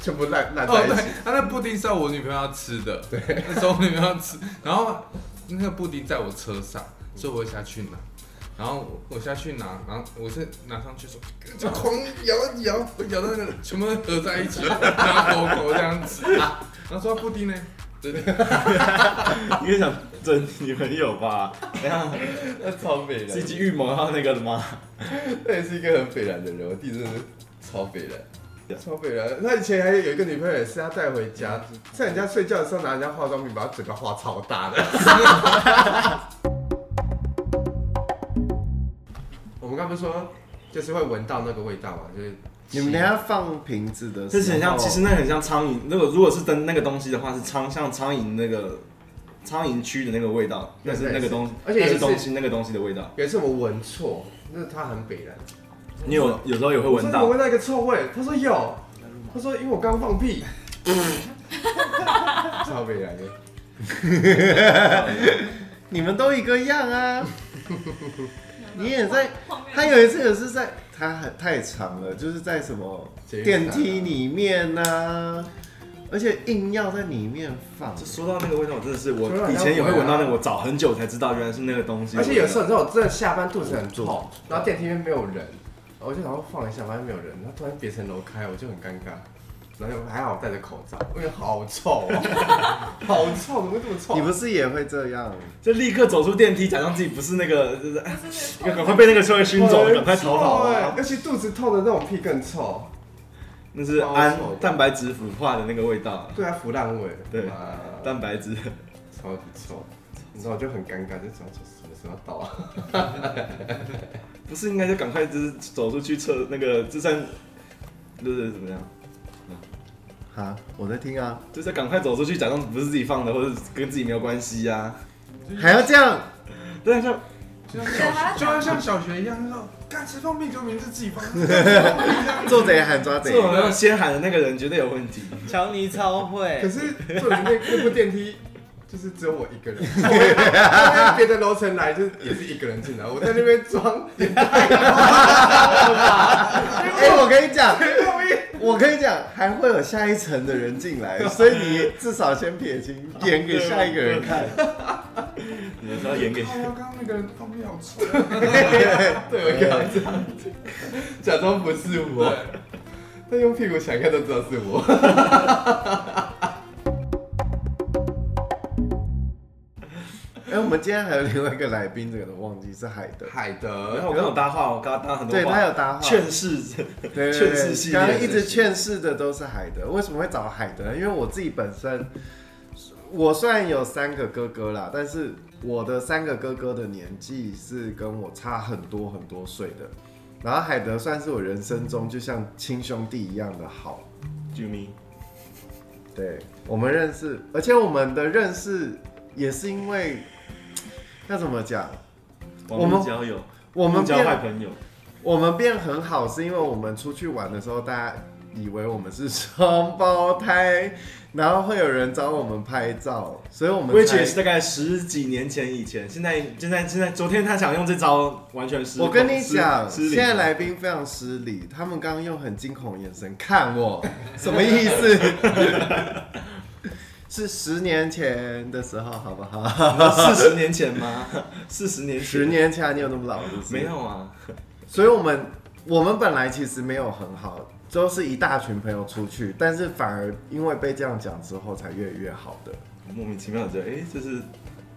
Speaker 3: 全部烂烂在
Speaker 5: 哦，
Speaker 3: 一起
Speaker 5: 对，，他那布丁是要我女朋友要吃的，对， 那时候我女朋友要吃，然后那个布丁在我车上，所以我下去拿，然后我下去拿，然后我是拿上去说，就狂摇摇，我摇到那个全部都合在一起， 然后狗狗这样子，然后说布丁呢，对对，
Speaker 7: 你是想整女朋友 吧？等一下
Speaker 3: 那 超北
Speaker 7: 是一
Speaker 3: 人，
Speaker 7: 集预谋要那个的吗？
Speaker 3: 那也是一个很北然的人，我弟真的是超北人。超北人，他以前还有一个女朋友也是，他带回家，在人家睡觉的时候拿人家化妆品把他嘴巴画超大的。我们刚不是说，就是会闻到那个味道嘛，就是
Speaker 6: 你们等一下放瓶子的时
Speaker 7: 这
Speaker 6: 候，
Speaker 7: 是很像，其实那很像苍蝇。如果如果是真那个东西的话，是苍像苍蝇那个苍蝇区的那个味道，
Speaker 3: 对
Speaker 7: 那是
Speaker 3: 对
Speaker 7: 那个东，
Speaker 3: 而且
Speaker 7: 那
Speaker 3: 也
Speaker 7: 是
Speaker 3: 是
Speaker 7: 东西那个东西的味道。
Speaker 3: 有一次我闻错，那他很北人，
Speaker 7: 你有有时候也会
Speaker 3: 我
Speaker 7: 闻
Speaker 3: 说我
Speaker 7: 到
Speaker 3: 闻，到一个臭味，他说有，他说因为我刚放屁， 超北人的。
Speaker 6: 你们都一个样啊。你也在
Speaker 1: 荒谬
Speaker 6: 他有一次也是在，他很太长了，就是在什么
Speaker 3: 捷运站
Speaker 6: 电
Speaker 3: 啊
Speaker 6: 梯里面呐、而且硬要在里面放。
Speaker 7: 就说到那个味道，我真的是
Speaker 3: 说到
Speaker 7: 我
Speaker 3: 那
Speaker 7: 以
Speaker 3: 个
Speaker 7: 前也会闻到那
Speaker 3: 味
Speaker 7: 个，我找很久才知道原来是那个东西
Speaker 3: 而
Speaker 7: 的味道。
Speaker 3: 且有时候你知道，我真的下班肚子很
Speaker 7: 嗯
Speaker 3: 痛，然后电梯里面没有人，然后我就想要放一下，发现没有人，然后突然别层楼开，我就很尴尬。然后还好我戴着口罩，因为好臭哦， 好臭，怎么会这么臭？啊
Speaker 6: 你不是也会这样？
Speaker 7: 就立刻走出电梯，假装自己不是那个，就是哎
Speaker 1: 不是那个
Speaker 7: 赶快被那个臭味熏走，
Speaker 3: 很
Speaker 7: 赶快逃跑
Speaker 3: 臭
Speaker 7: 啊
Speaker 3: 哎！尤其肚子痛的那种屁更臭，
Speaker 7: 那是
Speaker 3: 超
Speaker 7: 氨
Speaker 3: 臭的
Speaker 7: 蛋白质腐化的那个味道，
Speaker 3: 对啊，腐烂味，
Speaker 7: 对
Speaker 3: 啊
Speaker 7: 蛋白质。
Speaker 3: 超级臭。你知道我就很尴尬，就想说什么时候到啊？
Speaker 7: 不是应该就赶快就是走出去测那个就算就是怎么样，
Speaker 6: 哈，我在听啊，
Speaker 7: 就是赶快走出去，假装不是自己放的，或者跟自己没有关系呀、啊。
Speaker 6: 还要这样？
Speaker 7: 对啊，就
Speaker 5: 就
Speaker 1: 对
Speaker 5: 像小
Speaker 1: 他
Speaker 5: 就像
Speaker 1: 讲
Speaker 5: 像小学一样，哦就说干吃方便就明知自己 放，
Speaker 6: 做贼喊抓贼
Speaker 7: 这，种要先喊的那个人绝对有问题。
Speaker 4: 乔尼超
Speaker 3: 可
Speaker 4: 会，
Speaker 3: 是坐里面那部电梯。就是只有我一 个人，从从别的楼层来，就是也是一个人进来，我在那边装也
Speaker 6: 哎、我跟你讲，我跟你讲，还会有下一层的人进来，所以你至少先撇清，演给下一个人看。
Speaker 7: 你们要演给
Speaker 5: 哎呀，刚刚那个方便好臭，
Speaker 3: 对，我刚这样子， 假装不是我，但用屁股想看都知道是我。
Speaker 6: 哎、我们今天还有另外一个来宾，这个都忘记是海德，
Speaker 3: 海
Speaker 7: 然后
Speaker 3: 德，
Speaker 7: 我跟我搭话，我跟他搭很多
Speaker 6: 对
Speaker 7: 话，
Speaker 6: 他有搭话
Speaker 7: 劝世，
Speaker 6: 对对
Speaker 7: 劝世
Speaker 6: 对，
Speaker 7: 系列
Speaker 6: 刚刚一直劝世的都是海德，为什么会找海德呢？因为我自己本身，我虽然有三个哥哥啦，但是我的三个哥哥的年纪是跟我差很多很多岁的，然后海德算是我人生中就像亲兄弟一样的好，
Speaker 7: Jimmy，
Speaker 6: 对我们认识，而且我们的认识也是因为要怎么讲，
Speaker 7: 网络交友，
Speaker 6: 我们
Speaker 7: 交
Speaker 6: 变
Speaker 7: 坏朋友，
Speaker 6: 我们变很好，是因为我们出去玩的时候，大家以为我们是双胞胎，然后会有人找我们拍照，所以我们
Speaker 7: which 也是
Speaker 6: 才。
Speaker 7: 大概十几年前以前，现在现在现在昨天他想用这招，完全是
Speaker 6: 我跟你讲，现
Speaker 7: 失礼
Speaker 6: 在来宾非常失礼，他们刚刚用很惊恐的眼神看我，什么意 思？是十年前的时候，好不好？
Speaker 7: 四十年前 吗？四十年前
Speaker 6: 十年前啊你有那么老是不是
Speaker 7: 没有啊。
Speaker 6: 所以我们我们本来其实没有很好，就是一大群朋友出去，但是反而因为被这样讲之后，才越来越好的。
Speaker 7: 莫名其妙的觉得，哎、这是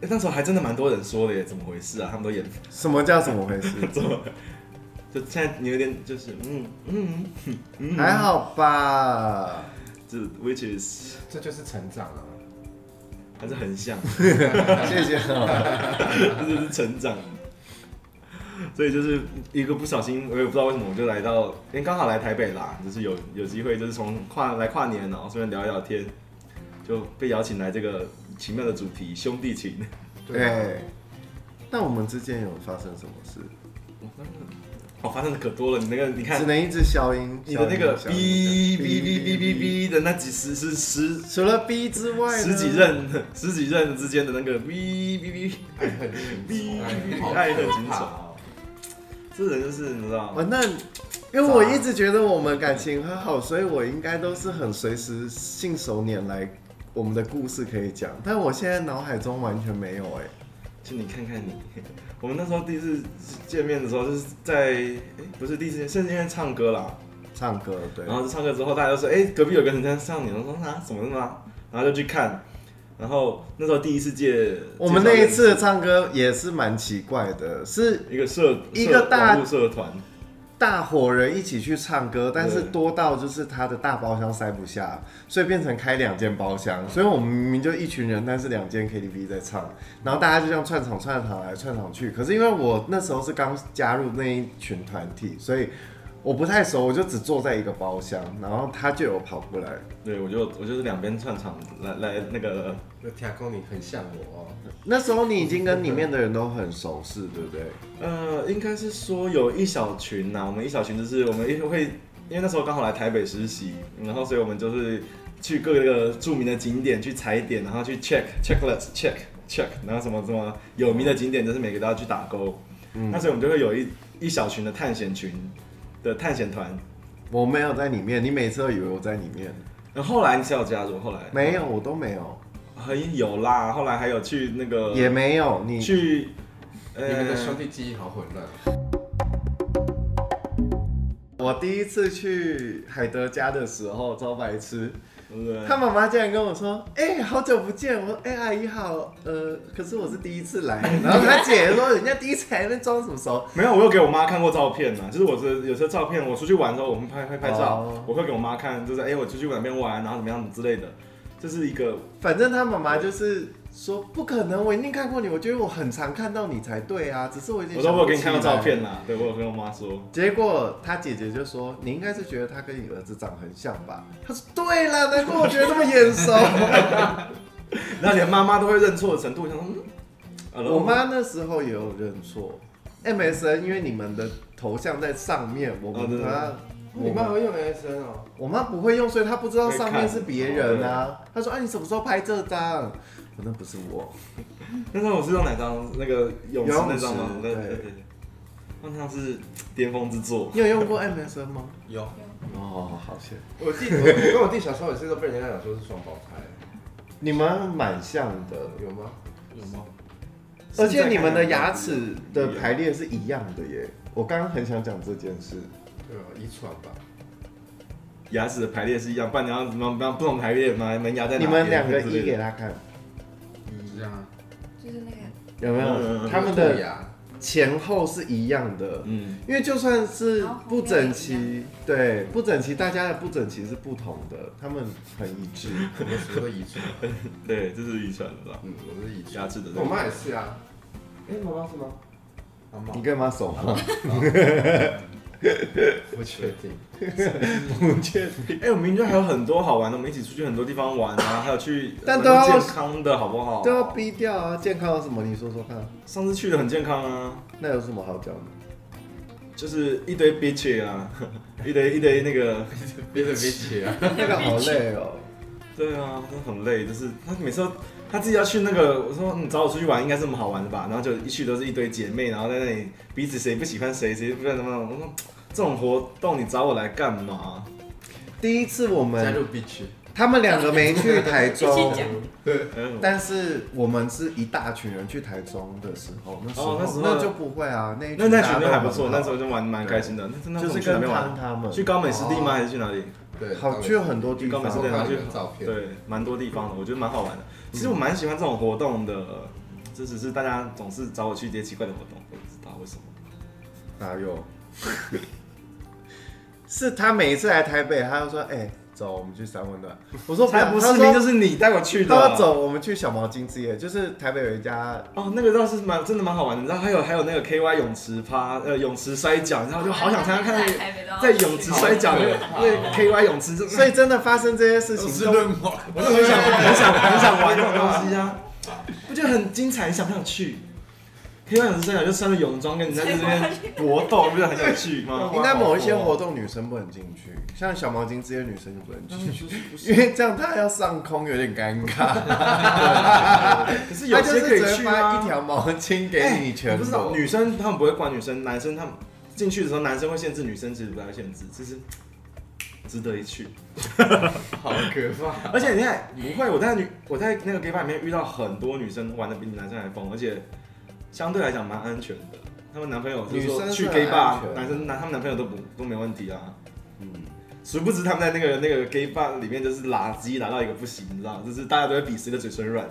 Speaker 7: 诶那时候还真的蛮多人说的耶，怎么回事啊？他们都演
Speaker 6: 什么叫怎么回事？
Speaker 7: 怎么？就现在你有点就是嗯嗯嗯，
Speaker 6: 还好吧？
Speaker 7: 这 which is
Speaker 3: 这就是成长啊。
Speaker 7: 还是很像，
Speaker 6: 谢谢哦。
Speaker 7: 这就是成长。所以就是一个不小心，我也不知道为什么，我就来到，因为刚好来台北啦，就是有有机会，就是从跨来跨年，然后顺便聊一聊天，就被邀请来这个奇妙的主题兄弟情。
Speaker 6: 对。那我们之间有发生什么事？
Speaker 7: 哦，发生的可多了，你那个你看
Speaker 6: 只能一直消音。
Speaker 7: 你的那个哔
Speaker 6: 消音
Speaker 7: 哔哔哔哔哔的那几十十十
Speaker 6: 除了 B 之外呢，
Speaker 7: 十几任十几任之间的那个哔哔哔哔哔哔爱恨情仇，这人就是你知道
Speaker 6: 哦，那因为我一直觉得我们感情很好，所以我应该都是很随时信手拈来我们的故事可以讲，但我现在脑海中完全没有哎、
Speaker 7: 就你看看你， 我们那时候第一次见面的时候，就是在诶不是第一次见，甚至因为唱歌啦，
Speaker 6: 唱歌对，
Speaker 7: 然后就唱歌之后，大家就说，哎，隔壁有个人在唱你，我说啊什么的吗？然后就去看，然后那时候第一次见，
Speaker 6: 我们那一
Speaker 7: 介绍
Speaker 6: 次
Speaker 7: 认
Speaker 6: 的唱歌也是蛮奇怪的，是
Speaker 7: 识一个社
Speaker 6: 一个
Speaker 7: 社
Speaker 6: 大
Speaker 7: 网络社团，
Speaker 6: 大伙人一起去唱歌，但是
Speaker 7: 对
Speaker 6: 多到就是他的大包厢塞不下，所以变成开两间包厢。所以我们明明就一群人，但是两间 KTV 在唱，然后大家就这样串场串场来串场去。可是因为我那时候是刚加入那一群团体，所以我不太熟，我就只坐在一个包厢，然后他就有跑过来，
Speaker 7: 对我就我就是两边串场来来那个
Speaker 3: 那天公你很像我哦，
Speaker 6: 那时候你已经跟里面的人都很熟识，对不对？
Speaker 7: 呃，应该是说有一小群呐、我们一小群就是我们一会，因为那时候刚好来台北实习，然后所以我们就是去各个著名的景点去踩点，然后去 check checklist check check，然后什么什么有名的景点，就是每个都要去打勾。
Speaker 6: 嗯
Speaker 7: 那所以我们就会有一一小群的探险群的探险团。
Speaker 6: 我没有在里面，你每次都以为我在里面，
Speaker 7: 然后后来你是有加入，后来
Speaker 6: 没有，我都没有，
Speaker 7: 很有啦，后来还有去那个
Speaker 6: 也没有你。
Speaker 7: 去。呃
Speaker 3: 你们的兄弟记忆好混乱。哦
Speaker 6: 我第一次去海德家的时候，超白痴，
Speaker 7: 对不对
Speaker 6: 他妈妈竟然跟我说：“哎、好久不见！”我说：“哎、阿姨好，呃，可是我是第一次来。” 然后他姐说：“人家第一次来，那装什么熟
Speaker 7: 没有，我有给我妈看过照片呢。就是我是有些照片，我出去玩的时候，我们拍拍拍照
Speaker 6: 哦
Speaker 7: 我会给我妈看，就是哎、我出去哪边玩，然后怎么样之类的。这是一个，？”
Speaker 6: 反正他妈妈就是说：“不可能，我一定看过你，我觉得我很常看到你才对啊。”只是我已经
Speaker 7: 我说我有给你看到
Speaker 6: 想不
Speaker 7: 照
Speaker 6: 起来
Speaker 7: 片。啦，对我有跟我妈说，
Speaker 6: 结果他姐姐就说：“你应该是觉得他跟你儿子长很像吧？”他说：“对啦，难怪我觉得那么眼熟。”
Speaker 7: 那连妈妈都会认错的程度，我想说，嗯好了
Speaker 6: 我妈那时候也有认错，MSN，因为你们的头像在上面，我
Speaker 7: 哦对
Speaker 6: 们
Speaker 7: 对
Speaker 6: 她，
Speaker 3: 你
Speaker 6: 我
Speaker 3: 妈
Speaker 6: 妈
Speaker 3: 会用 MSN 哦？
Speaker 6: 我妈不会用，所以她不知道上面是别人
Speaker 7: 可以看哦
Speaker 6: 啊。她说：“啊，你什么时候拍这张？”我那不是我，
Speaker 7: 那时候我是用哪张？那个泳池那张吗
Speaker 6: 游泳池？
Speaker 7: 对
Speaker 6: 对
Speaker 7: 对对对，那张是巅峰之作。
Speaker 6: 你有用过 MSN 吗？
Speaker 5: 有
Speaker 6: 哦，好险，
Speaker 3: 我弟， 我我跟我弟小时候也是都被人家讲说是双胞胎，
Speaker 6: 你们蛮像的，
Speaker 3: 有吗？
Speaker 5: 有吗？
Speaker 6: 而且你们的牙齿的排列是一样的耶。
Speaker 7: 嗯
Speaker 6: 我刚刚很想讲这件事，
Speaker 3: 对啊，遗传吧。
Speaker 7: 牙齿的排列是一样，不然你要怎么不同排列吗？门牙在哪
Speaker 6: 你
Speaker 7: 边
Speaker 6: 们两个
Speaker 7: 之类
Speaker 6: 一
Speaker 7: 的
Speaker 6: 给她看，
Speaker 5: 一样啊，
Speaker 1: 就是那个
Speaker 6: 有没
Speaker 7: 嗯嗯
Speaker 6: 有？
Speaker 7: 嗯
Speaker 6: 他们
Speaker 3: 蛀
Speaker 6: 的
Speaker 3: 牙，
Speaker 6: 前后是一样的，
Speaker 7: 嗯，
Speaker 6: 因为就算是
Speaker 1: 然后
Speaker 6: 不整
Speaker 1: 后
Speaker 6: 齐，对不整齐，大家的不整齐是不同的，他们很一 致。
Speaker 3: 我们什么都遗传。
Speaker 7: 对，这是遗传的啦，
Speaker 3: 嗯，我们是遗传。
Speaker 7: 牙齿的。
Speaker 3: 我妈也是啊。哎，妈妈是吗？妈妈
Speaker 6: 你，干嘛手吗？
Speaker 3: 不确定。
Speaker 7: 哎、我们明天还有很多好玩的，我们一起出去很多地方玩啊，还有去
Speaker 6: 但都要
Speaker 7: 很健康的好不好？
Speaker 6: 都要逼掉啊！健康有什么？你说说看，
Speaker 7: 上次去的很健康啊，
Speaker 6: 那有什么好讲的？
Speaker 7: 就是一堆 bitch 啊， 一堆一堆那个，
Speaker 3: 别的别起啊。
Speaker 6: 那个好累哦。
Speaker 7: 对啊，真的很累，就是他每次都他自己要去那个，我说你找我出去玩应该是这么好玩的吧，然后就一去都是一堆姐妹，然后在那里彼此谁不喜欢谁，谁不喜欢什么，我说这种活动你找我来干嘛？
Speaker 6: 第一次我
Speaker 3: 加
Speaker 6: 们
Speaker 3: 入 B 区，
Speaker 6: 他们两个没去台
Speaker 1: 一
Speaker 6: 中
Speaker 1: 起，讲
Speaker 7: 嗯
Speaker 6: 但是我们是一大群人去台中的时候，那时候,、
Speaker 7: 哦那时候
Speaker 6: 就不会啊，那一
Speaker 7: 那那群都还不错，
Speaker 6: 大
Speaker 7: 那
Speaker 6: 家
Speaker 7: 时
Speaker 6: 都
Speaker 7: 候就玩蛮开心的。那那
Speaker 6: 很好就是
Speaker 7: 去哪
Speaker 6: 跟
Speaker 7: 边玩
Speaker 6: 汤？他们哦
Speaker 7: 去高美湿地吗？还是去哪里？
Speaker 3: 对，
Speaker 6: 好去很多地
Speaker 7: 去高
Speaker 6: 方
Speaker 7: 美湿地，
Speaker 3: 我
Speaker 7: 然
Speaker 3: 看了
Speaker 7: 后去
Speaker 3: 你的照片，
Speaker 7: 嗯对，蛮多地方的，我觉得蛮好玩的。其实我蛮喜欢这种活动的，这只是大家总是找我去一些奇怪的活动，我不知道为什么。
Speaker 6: 哪有？哎 是他每一次来台北，他就说：“哎、走，我们去三温暖。”我说：“
Speaker 7: 才不是，
Speaker 6: 他
Speaker 7: 明
Speaker 6: 说
Speaker 7: 明就是你带我去的。
Speaker 6: 他
Speaker 7: 啊
Speaker 6: 说：“走，我们去小毛巾之夜，就是台北有一家
Speaker 7: 哦，那个倒是蛮真的蛮好玩的，然后还有还有那个 K Y 泳池趴，呃，泳池摔跤，然后就好想参加看那个哦在泳池摔跤那个那个 K Y 泳池，
Speaker 6: 所
Speaker 7: 所以
Speaker 6: 以真的发生这些事
Speaker 7: 哦
Speaker 5: 都
Speaker 6: 情
Speaker 5: 是
Speaker 6: 都，
Speaker 5: 润滑，
Speaker 7: 我就很想很想很想玩这种东西啊，不觉得很精彩，想不想去？K Y 泳池摔跤就穿着泳装跟人家在这边搏斗，不是很想去 吗？
Speaker 6: 应该某一些活动女生不能进去，像小毛巾之夜女生就不能
Speaker 7: 那
Speaker 6: 进去，
Speaker 7: 就是不是
Speaker 6: 因为这样她要上空有点尴尬。
Speaker 7: 可是
Speaker 6: 她
Speaker 7: 有
Speaker 6: 就是
Speaker 7: 些可以
Speaker 6: 只能
Speaker 7: 去
Speaker 6: 发
Speaker 7: 啊。哎
Speaker 6: 一条毛巾给你
Speaker 7: 我
Speaker 6: 全
Speaker 7: 不知
Speaker 6: 裸
Speaker 7: 道，女生他们不会管女生，男生他们进去的时候，男生会限制，女生其实不太限制，这是值得一去。
Speaker 5: 好可怕。
Speaker 7: 而且你看，不会，我在女我在那个 gay bar 里面遇到很多女生玩的比男生还疯，而且相对来讲蛮安全的。她们男朋友就
Speaker 6: 女生
Speaker 7: 说
Speaker 6: 是
Speaker 7: 去
Speaker 6: 很
Speaker 7: gay
Speaker 6: 安
Speaker 7: bar，
Speaker 6: 全的嗯
Speaker 7: 男生男他们男朋友都不都没问题啊。殊不知他们在那个那个 gay bar 里面就是拉鸡拉到一个不行，你知道，就是大家都会比谁的嘴唇软。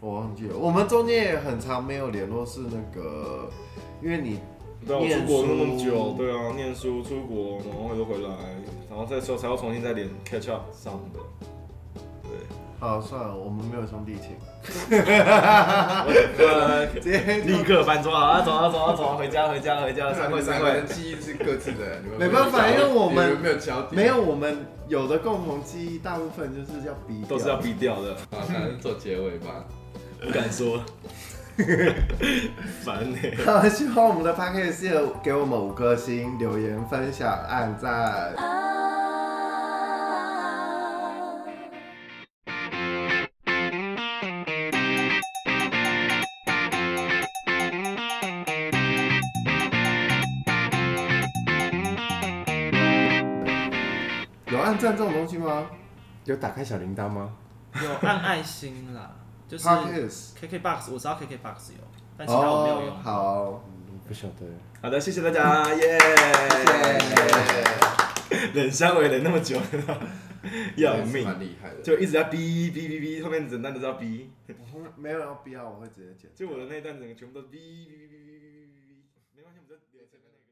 Speaker 6: 我忘记了，我们中间也很长没有联络，是那个，因为你
Speaker 7: 对啊，我出国那么
Speaker 6: 念
Speaker 7: 久
Speaker 6: 书，
Speaker 7: 对啊，念书出国，然后又回来，然后这时候才要重新再连 catch up 上的。对，
Speaker 6: 好算了，我们没有兄弟情，
Speaker 7: 呃，
Speaker 6: 直接
Speaker 7: 立刻翻桌啊！走啊走啊走啊，回家回家回家，散
Speaker 3: 三
Speaker 7: 会
Speaker 3: 位
Speaker 7: 散
Speaker 3: 三
Speaker 7: 会
Speaker 3: 位。记忆是各自的，你们
Speaker 6: 没办法因为我们
Speaker 3: 你没有交点，
Speaker 6: 没有我们有的共同记忆，大部分就是要逼掉
Speaker 7: 都是要逼掉的，
Speaker 5: 好，那就做结尾吧。
Speaker 7: 不敢说，烦呢、
Speaker 6: 好，希望我们的 p a c k a g e 给我们五颗星，留言、分享、按赞。有按赞这种东西吗？有打开小铃铛吗
Speaker 2: 有按爱心啦，就是
Speaker 6: p a c k a g
Speaker 2: KKBOX，我知道 KKBOX 有，但
Speaker 6: e
Speaker 2: 其他我没有
Speaker 6: 哦
Speaker 2: 用，。
Speaker 6: 好，不晓得。
Speaker 7: 好的，谢谢大家，耶、冷香我也冷那么久了，要命，
Speaker 3: 蛮厉害的。
Speaker 7: 就一直在逼逼逼逼，后面整段都在逼，
Speaker 6: 嗯没有要逼啊，我会直接剪。
Speaker 7: 就我的那一段整个全部都逼逼逼逼逼逼逼，没关系，我们就留这个那个。